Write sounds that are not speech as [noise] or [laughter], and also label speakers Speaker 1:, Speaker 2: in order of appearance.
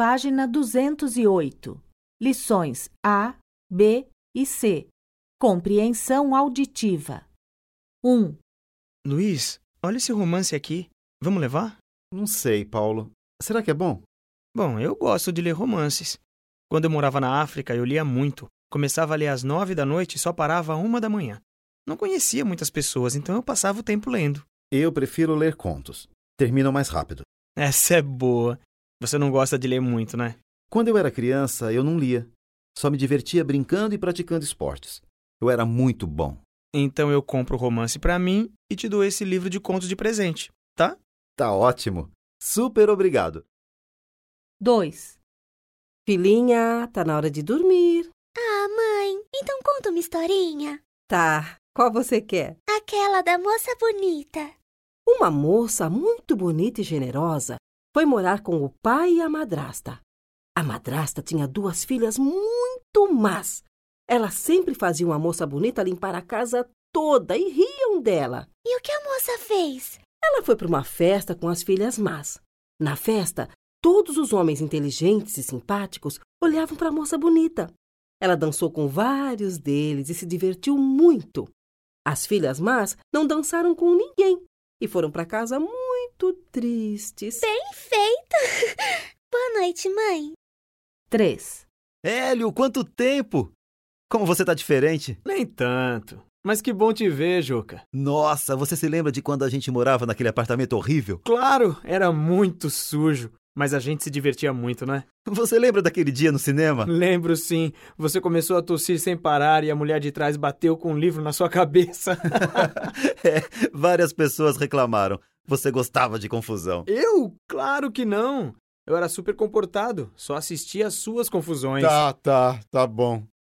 Speaker 1: Página 208. Lições A, B e C. Compreensão auditiva. 1,
Speaker 2: Luiz, olha esse romance aqui. Vamos levar?
Speaker 3: Não sei, Paulo. Será que é bom?
Speaker 2: Bom, eu gosto de ler romances. Quando eu morava na África, eu lia muito. Começava a ler às nove da noite e só parava à uma da manhã. Não conhecia muitas pessoas, então eu passava o tempo lendo. [laughs]
Speaker 3: Eu prefiro ler contos. Terminam mais rápido.
Speaker 2: Essa é boa. Você não gosta de ler muito, né?
Speaker 3: Quando eu era criança, eu não lia. Só me divertia brincando e praticando esportes. Eu era muito bom.
Speaker 2: Então eu compro o romance pra mim e te dou esse livro de contos de presente, tá?
Speaker 3: Tá ótimo. Super obrigado.
Speaker 1: 2,
Speaker 4: Filhinha, tá na hora de dormir.
Speaker 5: Ah, mãe, então conta uma historinha.
Speaker 4: Tá, qual você quer?
Speaker 5: Aquela da moça bonita.
Speaker 4: Uma moça muito bonita e generosa foi morar com o pai e a madrasta. A madrasta tinha duas filhas muito más. Elas sempre faziam a moça bonita limpar a casa toda e riam dela.
Speaker 5: E o que a moça fez?
Speaker 4: Ela foi para uma festa com as filhas más. Na festa, todos os homens inteligentes e simpáticos olhavam para a moça bonita. Ela dançou com vários deles e se divertiu muito. As filhas más não dançaram com ninguém e foram para casa muito tristes.
Speaker 5: Bem feito! [laughs] Boa noite, mãe.
Speaker 1: 3,
Speaker 3: Hélio, quanto tempo! Como você tá diferente?
Speaker 2: Nem tanto. Mas que bom te ver, Juca.
Speaker 3: Nossa, você se lembra de quando a gente morava naquele apartamento horrível?
Speaker 2: Claro, era muito sujo, mas a gente se divertia muito, né?
Speaker 3: Você lembra daquele dia no cinema?
Speaker 2: Lembro sim. Você começou a tossir sem parar e a mulher de trás bateu com um livro na sua cabeça. [laughs]
Speaker 3: É, várias pessoas reclamaram. Você gostava de confusão.
Speaker 2: Eu? Claro que não. Eu era super comportado, só assistia às suas confusões.
Speaker 6: Tá, tá, tá bom.